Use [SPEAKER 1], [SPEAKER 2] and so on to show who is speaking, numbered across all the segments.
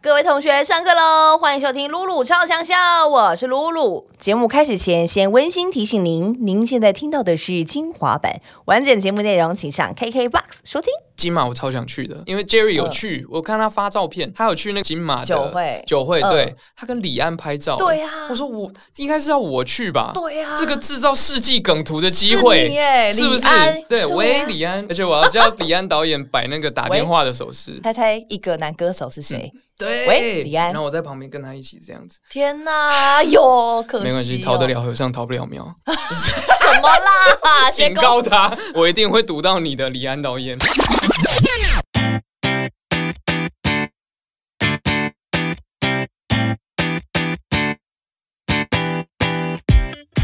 [SPEAKER 1] 各位同学，上课喽！欢迎收听露露超强笑，我是露露。节目开始前，先温馨提醒您，您现在听到的是精华版，完整节目内容请上 KKBOX 收听。
[SPEAKER 2] 金马我超想去的，因为 Jerry 有去，我看他发照片，他有去那个金马的
[SPEAKER 1] 嗯酒会
[SPEAKER 2] 酒会
[SPEAKER 1] 嗯
[SPEAKER 2] 对他跟李安拍照，
[SPEAKER 1] 对啊
[SPEAKER 2] 我说我应该是要我去吧，
[SPEAKER 1] 对啊
[SPEAKER 2] 这个制造世纪梗图的机会
[SPEAKER 1] 是你耶，
[SPEAKER 2] 是不
[SPEAKER 1] 李
[SPEAKER 2] 是
[SPEAKER 1] 安？
[SPEAKER 2] 对，
[SPEAKER 1] 对啊
[SPEAKER 2] 喂，李安，而且我要叫李安导演摆那个打电话的手 势，
[SPEAKER 1] 猜猜一个男歌手是谁？
[SPEAKER 2] 对，
[SPEAKER 1] 喂李安
[SPEAKER 2] 然后我在旁边跟他一起这样子，
[SPEAKER 1] 天哪，哟，可惜、哦
[SPEAKER 2] 没关系，逃得。了和尚逃不了 庙，
[SPEAKER 1] 什么 啦？
[SPEAKER 2] 警
[SPEAKER 1] 先告
[SPEAKER 2] 告他，我一定会堵到你的，李安导 演。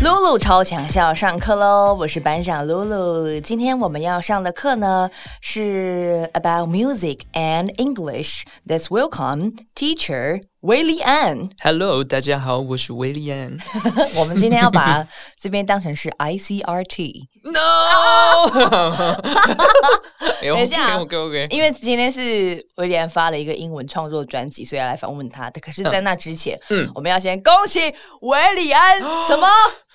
[SPEAKER 1] 露露超强校上课喽！我是班长露露。今天我们要上的课呢是 About Music and English. Let's welcome teacher 维利安。
[SPEAKER 2] Hello，大家好，我是威利安。
[SPEAKER 1] 我们今天 要把这边当成是 ICRT，
[SPEAKER 2] No！哎
[SPEAKER 1] 等一下啊
[SPEAKER 2] ，OK OK，
[SPEAKER 1] 因为今天是威廉发了一个英文创作专辑，所以要来访问他的。可是，在那之前，嗯
[SPEAKER 2] 嗯，哦
[SPEAKER 1] 我们要先恭喜维里安什么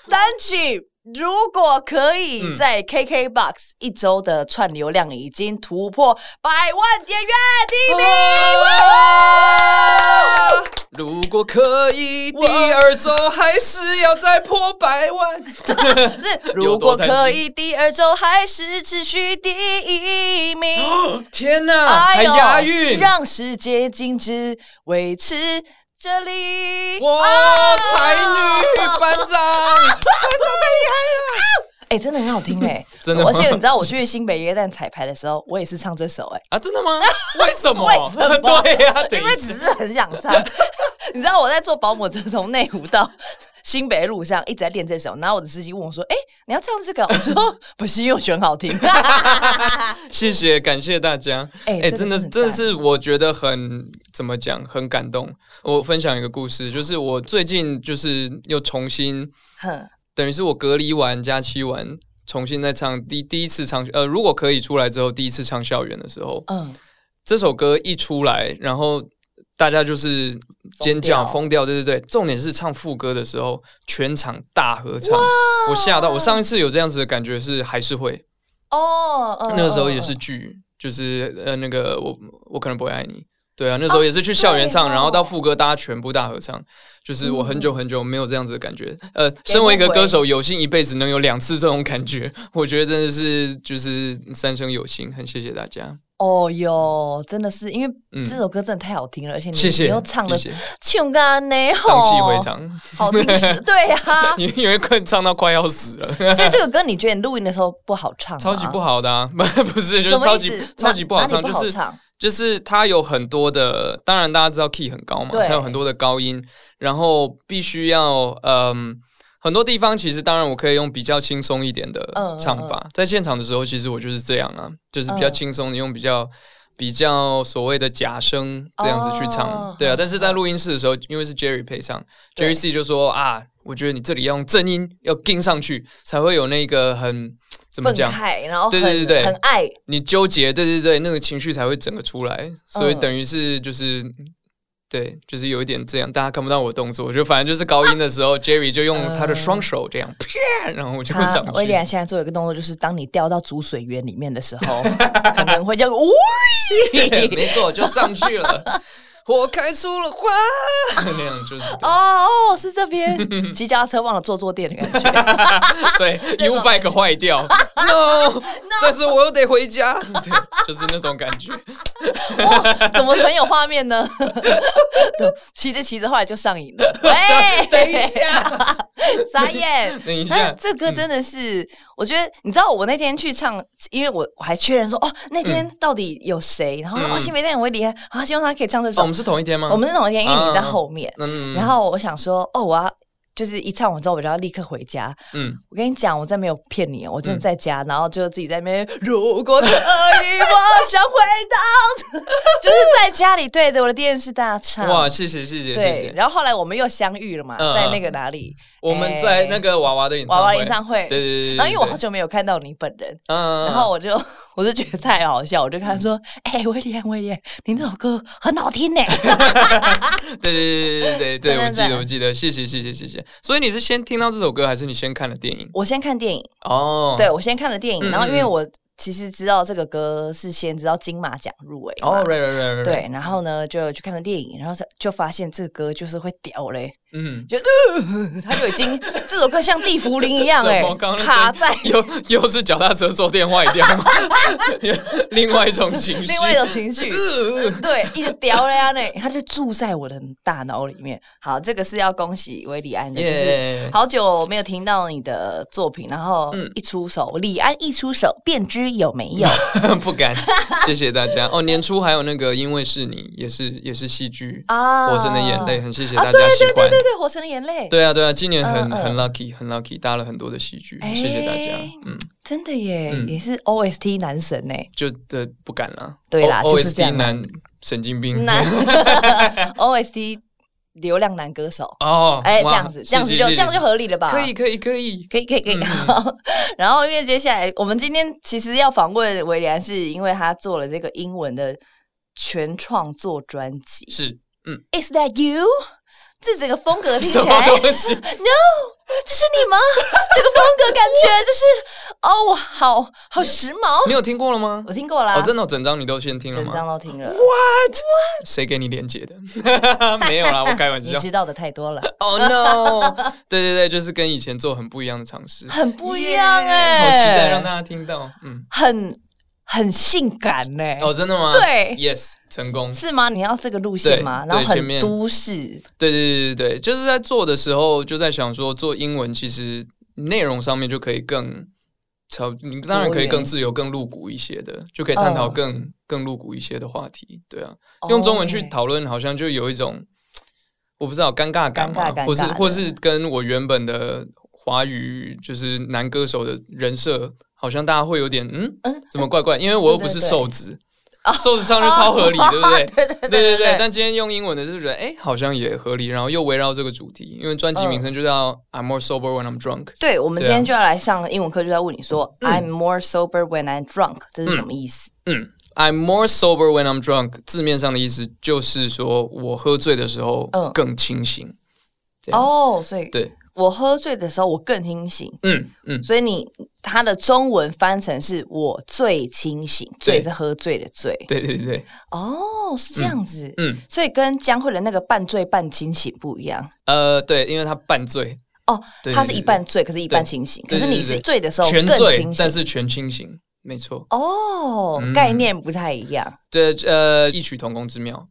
[SPEAKER 1] 单曲。如果可以
[SPEAKER 2] 嗯
[SPEAKER 1] 在 KKBOX 一周的串流量已经突破百万点阅第一名，哇
[SPEAKER 2] 如果可以，第二周还是要再破百 万。
[SPEAKER 1] 是
[SPEAKER 2] 有
[SPEAKER 1] 如果
[SPEAKER 2] 多担心
[SPEAKER 1] 可以，第二周还是持续第一名。
[SPEAKER 2] 天哪，还
[SPEAKER 1] 哎呦
[SPEAKER 2] 啊押韵！
[SPEAKER 1] 让世界静止，维持这里。
[SPEAKER 2] 哇
[SPEAKER 1] 啊，
[SPEAKER 2] 才女班 长，
[SPEAKER 1] 哎、真的很好听哎、
[SPEAKER 2] 真的吗哦
[SPEAKER 1] 而且你知道我去新北耶诞彩排的时候，我也是唱这首哎、
[SPEAKER 2] 啊，真的 吗？为什么？
[SPEAKER 1] 为什 么
[SPEAKER 2] 对 呀，等
[SPEAKER 1] 因为
[SPEAKER 2] 一
[SPEAKER 1] 只
[SPEAKER 2] 下，
[SPEAKER 1] 是很想唱。 你知道我在坐保姆车从内湖到新北路上一直在练这首，然后我的司机问我说：“哎、你要唱这个？”我说：“不是，因为我选好听。
[SPEAKER 2] 谢谢，感谢大家。
[SPEAKER 1] 哎
[SPEAKER 2] 哎，
[SPEAKER 1] 真的
[SPEAKER 2] 真的是，
[SPEAKER 1] 是很
[SPEAKER 2] 真的
[SPEAKER 1] 赞
[SPEAKER 2] 是，我觉得很怎么讲，很感动。我分享一个故事，就是我最近就是又重新
[SPEAKER 1] 哼”
[SPEAKER 2] 等于是我隔离完假期完，重新再唱第第一次唱呃，如果可以出来之后，第一次唱校园的时候，
[SPEAKER 1] 嗯，
[SPEAKER 2] 这首歌一出来，然后大家就是尖叫
[SPEAKER 1] 疯
[SPEAKER 2] 疯掉，对对对。重点是唱副歌的时候，全场大合唱，我吓到。我上一次有这样子的感觉是还是会，
[SPEAKER 1] 哦，嗯
[SPEAKER 2] 那个时候也
[SPEAKER 1] 嗯
[SPEAKER 2] 是剧，就是呃那个我我可能不会爱你。对啊，那时候也是去校园唱，
[SPEAKER 1] 对哦嗯
[SPEAKER 2] 然后到副歌大家全部大合唱，就是我很久很久没有这样子的感觉。呃，身为一个歌手，有幸一辈子能有两次这种感觉，我觉得真的是就是三生有幸，很谢谢大家。
[SPEAKER 1] 哦哟，真的是因为
[SPEAKER 2] 嗯
[SPEAKER 1] 这首歌真的太好听了，而且你
[SPEAKER 2] 谢谢，
[SPEAKER 1] 嗯你又唱的
[SPEAKER 2] 谢谢
[SPEAKER 1] 唱歌呢吼，
[SPEAKER 2] 荡气回肠，
[SPEAKER 1] 好听是，对呀、 啊。
[SPEAKER 2] 因为因为快唱到快要死 了，
[SPEAKER 1] 所以这个歌你觉得你录音的时候不好唱吗？
[SPEAKER 2] 超级不好的、啊， 不是就
[SPEAKER 1] 什
[SPEAKER 2] 是
[SPEAKER 1] 么
[SPEAKER 2] 超
[SPEAKER 1] 意
[SPEAKER 2] 级
[SPEAKER 1] 思
[SPEAKER 2] 超级不好唱，
[SPEAKER 1] 哪哪里
[SPEAKER 2] 就
[SPEAKER 1] 不好
[SPEAKER 2] 是
[SPEAKER 1] 唱
[SPEAKER 2] 就是它有很多的，当然大家知道 key 很高嘛，
[SPEAKER 1] 对
[SPEAKER 2] 它有很多的高音，然后必须要嗯。很多地方其实，当然我可以用比较轻松一点的
[SPEAKER 1] 嗯嗯
[SPEAKER 2] 唱法，在现场的时候，其实我就是这样啊，就是比较
[SPEAKER 1] 嗯
[SPEAKER 2] 轻松的，用比较比较所谓的假声这样子去唱，
[SPEAKER 1] 哦
[SPEAKER 2] 对啊。
[SPEAKER 1] 好
[SPEAKER 2] 但是在录音室的时候，因为是 Jerry 配唱，Jerry
[SPEAKER 1] 对
[SPEAKER 2] C 就说啊，我觉得你这里要用正音，要跟上去，才会有那个很怎么
[SPEAKER 1] 愤
[SPEAKER 2] 讲，
[SPEAKER 1] 慨，然后很
[SPEAKER 2] 对对对对
[SPEAKER 1] 很 爱
[SPEAKER 2] 你纠结，对对对，那个情绪才会整个出来，所以
[SPEAKER 1] 嗯
[SPEAKER 2] 等于是就是。对，就是有一点这样，大家看不到我动作，就反正就是高音的时候，Jerry 就用他的双手这
[SPEAKER 1] 嗯
[SPEAKER 2] 样，啪然后我就
[SPEAKER 1] 他
[SPEAKER 2] 上。
[SPEAKER 1] 威
[SPEAKER 2] 去。
[SPEAKER 1] 廉现在做一个动作，就是当你掉到煮水源里面的时候，可能会 叫呜。
[SPEAKER 2] 对没错，就上去了， 火开出了花，那样就是
[SPEAKER 1] 哦，是这 边骑脚踏车忘了坐坐垫的感觉。
[SPEAKER 2] 对 U bike 坏掉，no，但是我又得回家， 对，就是那种感觉。
[SPEAKER 1] 哇，怎么很有画面呢？ 对骑着骑着，后来就上瘾了。喂，
[SPEAKER 2] 等一 下，
[SPEAKER 1] 傻眼。
[SPEAKER 2] 等一
[SPEAKER 1] 但
[SPEAKER 2] 下嗯
[SPEAKER 1] 是，这歌真的是，我觉得你知道，我那天去唱，因为我我还确认说，哦，那天到底有谁？然后
[SPEAKER 2] 嗯
[SPEAKER 1] 哦，新梅蛋我会离开，啊，希望他可以唱这
[SPEAKER 2] 哦
[SPEAKER 1] 首。
[SPEAKER 2] 我们是同一天吗？
[SPEAKER 1] 我们是同一天，因为你在后面，
[SPEAKER 2] 嗯，
[SPEAKER 1] 然后我想说，哦，我要就是一唱完之后，我就要立刻回家。
[SPEAKER 2] 嗯，
[SPEAKER 1] 我跟你讲，我真没有骗你，哦我真的在家，然后就自己在那边。如果可以，我想回到， 就是在家里对着我的电视大唱。
[SPEAKER 2] 哇，谢谢谢谢谢
[SPEAKER 1] 对，
[SPEAKER 2] 谢，
[SPEAKER 1] 然后后来我们又相遇了嘛，
[SPEAKER 2] 嗯
[SPEAKER 1] 在那个哪里？
[SPEAKER 2] 我们在那个娃娃的演唱
[SPEAKER 1] 哎娃
[SPEAKER 2] 会，
[SPEAKER 1] 娃演唱会，
[SPEAKER 2] 对对对对对
[SPEAKER 1] 然后因为我好久没有看到你本人，
[SPEAKER 2] 嗯，
[SPEAKER 1] 然后我就 我就觉得太好笑，我就跟他说：“哎、威廉，威廉，你那首歌很好听呢。
[SPEAKER 2] 嗯对对对对对对，我记
[SPEAKER 1] 真的真
[SPEAKER 2] 得
[SPEAKER 1] 的
[SPEAKER 2] 我记得，谢谢谢谢谢谢。所以你是先听到这首歌，还是你先看了电影”？
[SPEAKER 1] 我先看电影，
[SPEAKER 2] 哦，
[SPEAKER 1] 对我先看了电影，
[SPEAKER 2] 嗯
[SPEAKER 1] 然后因为
[SPEAKER 2] 嗯嗯
[SPEAKER 1] 我其实知道这个歌是先知道金马奖入围嘛
[SPEAKER 2] 哦，right right right，right，right
[SPEAKER 1] 对，，然后呢就去看了电影，然后就发现这个歌就是会屌嘞，
[SPEAKER 2] 嗯，
[SPEAKER 1] 就呃，他就已经这首歌像地茯苓一样
[SPEAKER 2] 什
[SPEAKER 1] 哎、
[SPEAKER 2] 么刚刚那
[SPEAKER 1] 卡在
[SPEAKER 2] 声音又 又是脚踏车坐电话一样吗，另外一种情绪， 呃
[SPEAKER 1] 另外一种 情绪。对，一直屌了呀那，他就住在我的大脑里面。好，这个是要恭喜韦礼安的就是
[SPEAKER 2] 耶，
[SPEAKER 1] 好久没有听到你的作品，然后
[SPEAKER 2] 嗯
[SPEAKER 1] 一出手，李安一出手便知有没有。
[SPEAKER 2] 不敢，谢谢大家。哦，年初还有那个，因为是你，也是也是戏剧
[SPEAKER 1] 啊
[SPEAKER 2] 《火神的眼泪》，很谢谢
[SPEAKER 1] 啊，
[SPEAKER 2] 大
[SPEAKER 1] 对
[SPEAKER 2] 家喜
[SPEAKER 1] 对对
[SPEAKER 2] 欢。
[SPEAKER 1] 对对，《火神的眼泪》
[SPEAKER 2] 对啊，对啊，今年很
[SPEAKER 1] 嗯嗯
[SPEAKER 2] 很 lucky，很 lucky，搭了很多的戏剧，
[SPEAKER 1] 哎
[SPEAKER 2] 谢谢大家。嗯，
[SPEAKER 1] 真的耶，
[SPEAKER 2] 嗯
[SPEAKER 1] 也是 OST 男神呢，
[SPEAKER 2] 就对不敢了。
[SPEAKER 1] 对啦
[SPEAKER 2] O-
[SPEAKER 1] 就是这样
[SPEAKER 2] OST
[SPEAKER 1] 啦
[SPEAKER 2] 男神经病。
[SPEAKER 1] 男 OST 流量男歌手。
[SPEAKER 2] 哦，
[SPEAKER 1] 哎，这
[SPEAKER 2] 哇
[SPEAKER 1] 样子，这样子
[SPEAKER 2] 谢
[SPEAKER 1] 就
[SPEAKER 2] 谢
[SPEAKER 1] 这样就合理了吧？
[SPEAKER 2] 可以，可以，可以。
[SPEAKER 1] 可以，可以，可以。好然后，因为接下来我们今天其实要访问维安，是因为他做了这个英文的全创作专辑。
[SPEAKER 2] 是
[SPEAKER 1] Is that you？这整个风格听
[SPEAKER 2] 什
[SPEAKER 1] 起来
[SPEAKER 2] 么东西？
[SPEAKER 1] ，No，这是你吗？ 这个风格感觉就是，哦，好好时髦。
[SPEAKER 2] 你有听过了吗？
[SPEAKER 1] 我听过啦，
[SPEAKER 2] 哦，真的哦，整张你都先听了
[SPEAKER 1] 整张
[SPEAKER 2] 吗？
[SPEAKER 1] 都听了，
[SPEAKER 2] 谁给你连接的？ 没有啦，我开玩
[SPEAKER 1] 你
[SPEAKER 2] 笑。
[SPEAKER 1] 知道的太多了，
[SPEAKER 2] 哦 no！对对对，就是跟以前做很不一样的尝试，
[SPEAKER 1] 很不一样哎、
[SPEAKER 2] 好期待让大家听到。嗯，
[SPEAKER 1] 很很性感呢、
[SPEAKER 2] 哦，真的吗？
[SPEAKER 1] 对
[SPEAKER 2] ，yes，成功。
[SPEAKER 1] 是吗？你要这个路线吗？
[SPEAKER 2] 对
[SPEAKER 1] 然后
[SPEAKER 2] 对前
[SPEAKER 1] 很
[SPEAKER 2] 面
[SPEAKER 1] 都市，
[SPEAKER 2] 对对对对对，就是在做的时候就在想说，做英文其实内容上面就可以更超，你当然可以更自由、更露骨一些的，就可以探讨
[SPEAKER 1] 嗯
[SPEAKER 2] 更、更露骨一些的话题。对啊，
[SPEAKER 1] 哦
[SPEAKER 2] 用中文去讨论好像就有一种我不知道尴尬感嘛，
[SPEAKER 1] 尴尬尴尬
[SPEAKER 2] 或是
[SPEAKER 1] 的
[SPEAKER 2] 或是跟我原本的华语就是男歌手的人设，好像大家会有点嗯
[SPEAKER 1] 嗯
[SPEAKER 2] 怎么怪怪，因为我又不是
[SPEAKER 1] 对对哦对
[SPEAKER 2] 瘦子。瘦子唱就超合理， 对不对？
[SPEAKER 1] 对对对
[SPEAKER 2] 对对
[SPEAKER 1] 对对
[SPEAKER 2] 对，但今天用英文的就觉得，哎，好像也合理，然后又围绕这个主题，因为专辑
[SPEAKER 1] 嗯
[SPEAKER 2] 名称就叫《I'm More Sober When I'm Drunk》。
[SPEAKER 1] 对，我们
[SPEAKER 2] 对啊
[SPEAKER 1] 今天就要来上英文课，就在问你说、i
[SPEAKER 2] 啊
[SPEAKER 1] m more sober when I'm drunk”，这是什么意思？
[SPEAKER 2] 嗯，I'm more sober when I'm drunk，字面上的意思就是说我喝醉的时候
[SPEAKER 1] 嗯
[SPEAKER 2] 更清醒。对
[SPEAKER 1] 哦、所以
[SPEAKER 2] 对，
[SPEAKER 1] 我喝醉的时候我更清醒，
[SPEAKER 2] 嗯嗯，
[SPEAKER 1] 所以你它的中文翻成是我最清醒，醉
[SPEAKER 2] 对
[SPEAKER 1] 是喝醉的醉。
[SPEAKER 2] 对对对，
[SPEAKER 1] 哦，是这样子，
[SPEAKER 2] 嗯嗯
[SPEAKER 1] 所以跟江蕙的那个半醉半清醒不一样。
[SPEAKER 2] 呃，对，因为他半醉，
[SPEAKER 1] 哦，
[SPEAKER 2] 对
[SPEAKER 1] 他是一半
[SPEAKER 2] 对
[SPEAKER 1] 醉，可是一半清醒。可
[SPEAKER 2] 对
[SPEAKER 1] 是
[SPEAKER 2] 对对
[SPEAKER 1] 你是醉的时候
[SPEAKER 2] 全
[SPEAKER 1] 更
[SPEAKER 2] 醉
[SPEAKER 1] 清，
[SPEAKER 2] 但
[SPEAKER 1] 醒。
[SPEAKER 2] 是嗯全清醒，没错，
[SPEAKER 1] 哦，概念不太一样。
[SPEAKER 2] 这呃异曲同工之妙。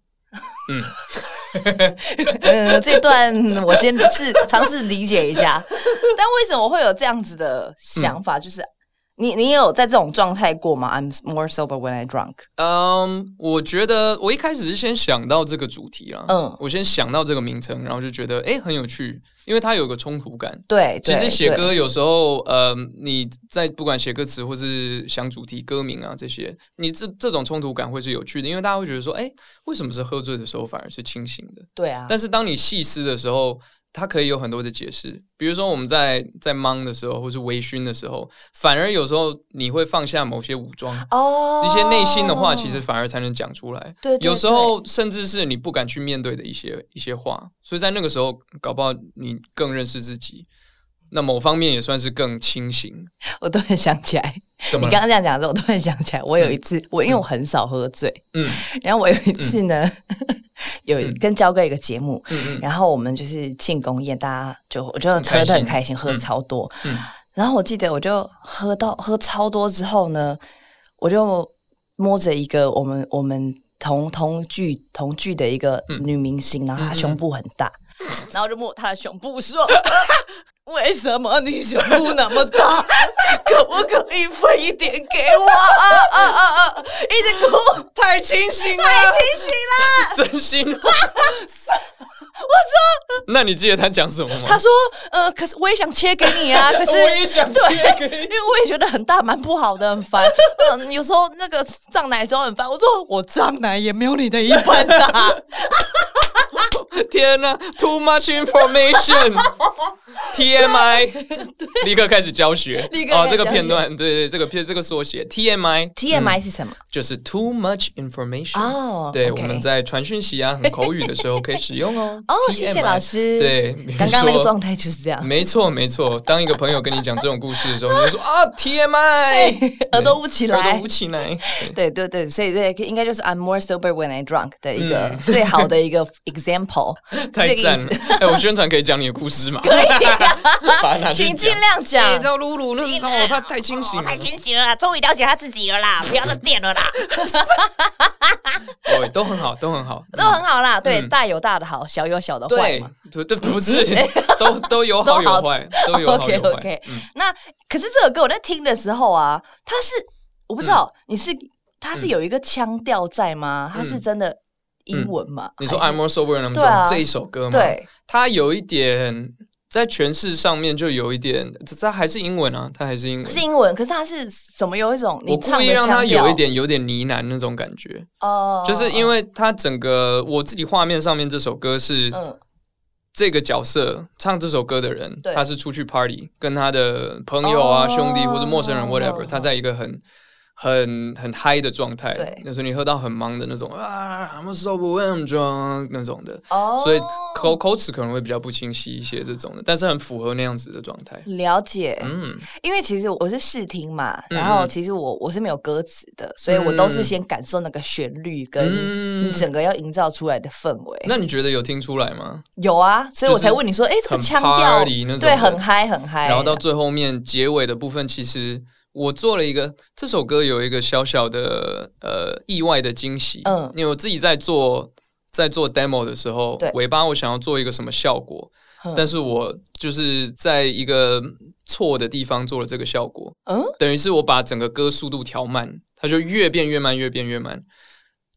[SPEAKER 1] 嗯，这段我 先试尝试理解一下。但为什么会有这样子的想
[SPEAKER 2] 嗯
[SPEAKER 1] 法？就是你你有在这种状态过吗？I'm more sober when I drunk。
[SPEAKER 2] 嗯，我觉得我一开始是先想到这个主题啦，
[SPEAKER 1] 嗯
[SPEAKER 2] 嗯，我先想到这个名称，然后就觉得哎、诶很有趣，因为它有个冲突感。
[SPEAKER 1] 对，
[SPEAKER 2] 其
[SPEAKER 1] 对
[SPEAKER 2] 实写
[SPEAKER 1] 对
[SPEAKER 2] 歌有时候，呃，你在不管写歌词或是想主题、歌名啊这些，你这这种冲突感会是有趣的，因为大家会觉得说，哎、为什么是喝醉的时候反而是清醒的？
[SPEAKER 1] 对啊，
[SPEAKER 2] 但是当你细思的时候，它可以有很多的解释。比如说我们在在忙的时候，或是微醺的时候，反而有时候你会放下某些武装，
[SPEAKER 1] 哦，
[SPEAKER 2] 一些内心的话，其实反而才能讲出来。
[SPEAKER 1] 对对
[SPEAKER 2] 有时候甚至是你不敢去面对的一些一些话，所以在那个时候，搞不好你更认识自己。那某方面也算是更清醒。
[SPEAKER 1] 我突然想起来，
[SPEAKER 2] 怎
[SPEAKER 1] 你
[SPEAKER 2] 么
[SPEAKER 1] 刚
[SPEAKER 2] 了？
[SPEAKER 1] 刚这样讲的时候，我突然想起来，我有一次，我因为我很少喝醉，
[SPEAKER 2] 嗯
[SPEAKER 1] 然后我有一次呢，有跟焦哥一个节目，
[SPEAKER 2] 嗯嗯
[SPEAKER 1] 然后我们就是庆功宴，大家就我就喝
[SPEAKER 2] 开
[SPEAKER 1] 得
[SPEAKER 2] 心
[SPEAKER 1] 很开心，喝超多。
[SPEAKER 2] 嗯
[SPEAKER 1] 然后我记得我就喝到喝超多之后呢，我就摸着一个我们我们同同剧同剧的一个女明星，然后她胸部很大，然后就摸她的胸部说。为什么你胸部那么大？可不可以分一点给我？啊啊啊啊！一直哭，
[SPEAKER 2] 太清醒了，
[SPEAKER 1] 太清醒了。
[SPEAKER 2] 真心话。我说，那你记得他讲什么
[SPEAKER 1] 他
[SPEAKER 2] 吗？
[SPEAKER 1] 说：“呃，可是我也想切给 你啊，可是
[SPEAKER 2] 我也想切给
[SPEAKER 1] 对
[SPEAKER 2] 你
[SPEAKER 1] 因为我也觉得很大蛮不好的，很烦。 嗯，有时候那个胀奶的时候很烦。我说我胀奶也没有你的一般大，
[SPEAKER 2] 天哪、t o o much information！ TMI，立刻开始教学
[SPEAKER 1] 立。刻
[SPEAKER 2] 哦
[SPEAKER 1] 开，始
[SPEAKER 2] 这个
[SPEAKER 1] 教
[SPEAKER 2] 片
[SPEAKER 1] 学
[SPEAKER 2] 段，对对，这个片这个缩写 TMI。
[SPEAKER 3] 嗯
[SPEAKER 1] TMI 是什么？
[SPEAKER 2] 就是 too much information
[SPEAKER 1] 哦
[SPEAKER 2] 对
[SPEAKER 1] OK
[SPEAKER 2] 我们在传讯息啊、很口语的时候可以使用哦。
[SPEAKER 1] 哦谢谢
[SPEAKER 2] TMI
[SPEAKER 1] 老师
[SPEAKER 2] 对，
[SPEAKER 1] 刚刚那个状
[SPEAKER 2] 态。
[SPEAKER 1] 态就是这样，
[SPEAKER 2] 没错，没错。当一个朋友跟你讲这种故事的时候，你就说啊，TMI，
[SPEAKER 1] 耳朵捂起来
[SPEAKER 2] 耳朵捂起来。
[SPEAKER 1] 对对对，所以这应该就是 I'm more sober when I drunk 的一个
[SPEAKER 3] 嗯
[SPEAKER 1] 最好的一个 example，
[SPEAKER 2] 太
[SPEAKER 1] 这个
[SPEAKER 2] 赞
[SPEAKER 1] 意
[SPEAKER 2] 了
[SPEAKER 1] 思。！
[SPEAKER 2] 哎，我宣传可以讲你的故事吗？可以，把它拿去
[SPEAKER 1] 请尽
[SPEAKER 2] 讲。
[SPEAKER 1] 量讲。
[SPEAKER 2] 哎，赵露露，那个哦，她太清醒
[SPEAKER 3] 哦
[SPEAKER 2] 了，
[SPEAKER 3] 太清醒了啦，终于了解他自己了啦，不要再电了啦。
[SPEAKER 2] 哦，都很好，都很好。
[SPEAKER 1] 都很好啦，
[SPEAKER 3] 嗯
[SPEAKER 1] 对，大有大的好，小有小的坏
[SPEAKER 2] 对
[SPEAKER 1] 嘛。，
[SPEAKER 2] 不对，不是，都都有
[SPEAKER 1] 都
[SPEAKER 2] 好有
[SPEAKER 1] 好
[SPEAKER 2] 坏，都有好
[SPEAKER 1] OK
[SPEAKER 2] 有
[SPEAKER 1] OK，
[SPEAKER 2] 坏。嗯
[SPEAKER 1] 那可是这首歌我在听的时候啊，它是我不知道
[SPEAKER 2] 嗯
[SPEAKER 1] 你是它是有一个腔调在吗？它是真的英文吗？
[SPEAKER 2] 嗯你说
[SPEAKER 1] 还
[SPEAKER 2] I'm
[SPEAKER 1] 是
[SPEAKER 2] more sober than I'm
[SPEAKER 1] 对啊
[SPEAKER 2] drunk 这一首歌吗？
[SPEAKER 1] 对，
[SPEAKER 2] 它有一点在诠释上面就有一点，它还是英文啊，它还是英文。
[SPEAKER 1] 是英文，可是它是怎么有一种
[SPEAKER 2] 我
[SPEAKER 1] 你唱
[SPEAKER 2] 故意
[SPEAKER 1] 的
[SPEAKER 2] 让它
[SPEAKER 1] 腔调
[SPEAKER 2] 有一点有点呢喃那种感觉，
[SPEAKER 1] 哦，
[SPEAKER 2] 就是因
[SPEAKER 1] 为
[SPEAKER 2] 为它整个我自己画面上面这首歌是
[SPEAKER 1] 嗯
[SPEAKER 2] 这个角色唱这首歌的人
[SPEAKER 1] 对，
[SPEAKER 2] 他是出去 party，跟他的朋友啊、
[SPEAKER 1] 哦
[SPEAKER 2] 兄弟或者陌生人
[SPEAKER 1] 哦
[SPEAKER 2] whatever，、
[SPEAKER 1] 哦
[SPEAKER 2] 他在一个很很很嗨的状态
[SPEAKER 1] 对，
[SPEAKER 2] 那时候你喝到很忙的那种啊，I'm sober when I'm drunk 那种的，
[SPEAKER 1] 哦，
[SPEAKER 2] 所以口口齿可能会比较不清晰一些这种的，但是很符合那样子的状态。
[SPEAKER 1] 了解，
[SPEAKER 2] 嗯，
[SPEAKER 1] 因为其实我是试听嘛，
[SPEAKER 2] 嗯
[SPEAKER 1] 然后其实我我是没有歌词的，所以我都是先感受那个旋律跟
[SPEAKER 2] 嗯
[SPEAKER 1] 你整个要营造出来的氛围。
[SPEAKER 2] 那你觉得有听出来吗？
[SPEAKER 1] 有啊，所以我才问你说，哎、这个
[SPEAKER 2] 很
[SPEAKER 1] 腔调
[SPEAKER 2] party 那种
[SPEAKER 1] 对，
[SPEAKER 2] 的
[SPEAKER 1] 很嗨，很嗨。
[SPEAKER 2] 然后到最后面结尾的部分，其实我做了一个这首歌有一个小小的呃意外的惊喜。
[SPEAKER 1] 嗯
[SPEAKER 2] 因为我自己在做在做 demo 的时候
[SPEAKER 1] 对，
[SPEAKER 2] 尾巴我想要做一个什么效果，
[SPEAKER 1] 嗯
[SPEAKER 2] 但是我就是在一个错的地方做了这个效果，
[SPEAKER 1] 嗯，
[SPEAKER 2] 等于是我把整个歌速度调慢，它就越变越慢，越变越慢。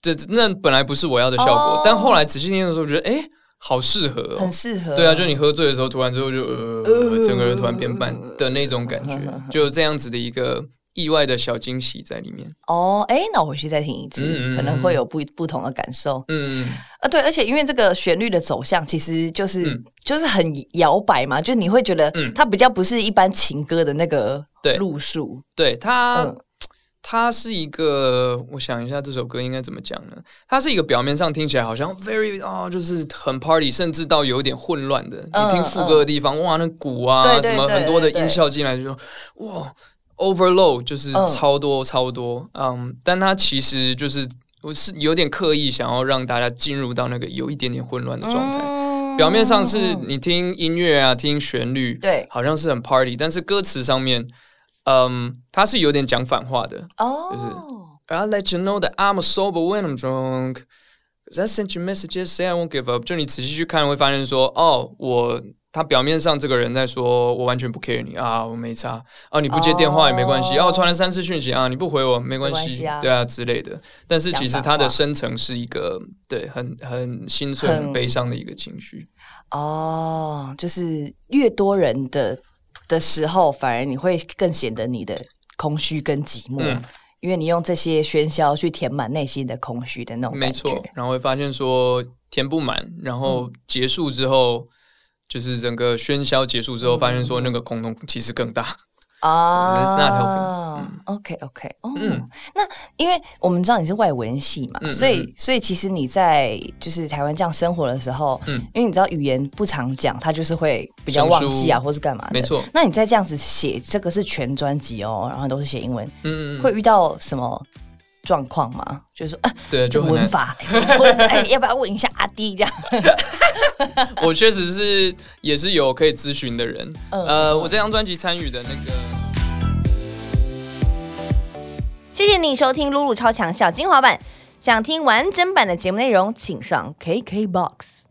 [SPEAKER 2] 这那本来不是我要的效果，
[SPEAKER 1] 哦
[SPEAKER 2] 但后来仔细听的时候觉得，哎、好适合、哦，
[SPEAKER 1] 很适合。
[SPEAKER 2] 对啊，就你喝醉的时候，突然之后就呃，整个人突然变慢的那种感觉， 就这样子的一个意外的小惊喜在里面。
[SPEAKER 1] 哦，哎、那我回去再听一次，
[SPEAKER 2] 嗯嗯嗯
[SPEAKER 1] 可能会有不不同的感受。
[SPEAKER 2] 嗯，
[SPEAKER 1] 啊，对，而且因为这个旋律的走向，其实就是、
[SPEAKER 2] 嗯
[SPEAKER 1] 就是很摇摆嘛，就你会觉得
[SPEAKER 2] 嗯
[SPEAKER 1] 它比较不是一般情歌的那个
[SPEAKER 2] 对
[SPEAKER 1] 路数。
[SPEAKER 2] 对，它、
[SPEAKER 1] 嗯
[SPEAKER 2] 它是一个，我想一下这首歌应该怎么讲呢？它是一个表面上听起来好像 very 啊、就是很 party，甚至到有点混乱的。
[SPEAKER 1] 嗯
[SPEAKER 2] 你听副歌的地方，哇，那鼓啊
[SPEAKER 1] 对对
[SPEAKER 2] 什么
[SPEAKER 1] 对
[SPEAKER 2] 很多的
[SPEAKER 1] 对对
[SPEAKER 2] 音效进来就说哇 overload 就是
[SPEAKER 1] 嗯
[SPEAKER 2] 超多超多，嗯，但它其实就是我是有点刻意想要让大家进入到那个有一点点混乱的状态。
[SPEAKER 1] 嗯
[SPEAKER 2] 表面上是你听音乐啊，听旋律，
[SPEAKER 1] 对
[SPEAKER 2] 好像是很 party，但是歌词上面，嗯，它是有点讲反话的。
[SPEAKER 1] 哦，
[SPEAKER 2] 嗯就是 I'll let you know that I'm sober when I'm drunk. Cause I sent you messages, say I won't give up. 就你仔细去看，会发现说，哦，我他表面上这个人在说，我完全不 care 你啊，我没差啊，你不接电话也没关系，
[SPEAKER 1] 哦
[SPEAKER 2] 啊，我传了三次讯息啊，你不回我没关
[SPEAKER 1] 没关
[SPEAKER 2] 系，
[SPEAKER 1] 系啊
[SPEAKER 2] 对啊之类的。但是其实
[SPEAKER 1] 讲反
[SPEAKER 2] 他的
[SPEAKER 1] 话
[SPEAKER 2] 深层是一个对很很心碎、
[SPEAKER 1] 很
[SPEAKER 2] 很悲伤的一个情绪。
[SPEAKER 1] 哦，就是越多人的的时候，反而你会更显得你的空虚跟寂寞，
[SPEAKER 2] 嗯
[SPEAKER 1] 因为你用这些喧嚣去填满内心的空虚的那种
[SPEAKER 2] 没
[SPEAKER 1] 感觉。嗯
[SPEAKER 2] 错，然后会发现说填不满，然后结束之后，就是整个喧嚣结束之后，发现说那个空洞其实更大。That's not
[SPEAKER 1] 啊
[SPEAKER 2] helping，
[SPEAKER 1] ，OK OK，哦，
[SPEAKER 2] 嗯
[SPEAKER 1] 那因为我们知道你是外文系嘛，
[SPEAKER 2] 嗯
[SPEAKER 1] 所
[SPEAKER 2] 嗯
[SPEAKER 1] 以所以其实你在就是台湾这样生活的时候，
[SPEAKER 2] 嗯
[SPEAKER 1] 因为你知道语言不常讲，它就是会比较
[SPEAKER 2] 生
[SPEAKER 1] 忘
[SPEAKER 2] 疏
[SPEAKER 1] 记啊，或是干嘛的。
[SPEAKER 2] 没错
[SPEAKER 1] 那你在这样子写这个是全专辑哦，然后都是写英文，
[SPEAKER 2] 嗯，嗯嗯
[SPEAKER 1] 会遇到什么状况吗？就是说，啊，
[SPEAKER 2] 对，
[SPEAKER 1] 这
[SPEAKER 2] 呃就
[SPEAKER 1] 个
[SPEAKER 2] 很
[SPEAKER 1] 文
[SPEAKER 2] 难。
[SPEAKER 1] 法， 或者是哎，要不要问一下阿弟 这样？
[SPEAKER 2] 我确实是也是有可以咨询的人。
[SPEAKER 1] 嗯
[SPEAKER 2] 呃，我这张专辑参与的那个，
[SPEAKER 3] 谢谢你收听《露露超强小精华版》，想听完整版的节目内容，请上 KKBOX。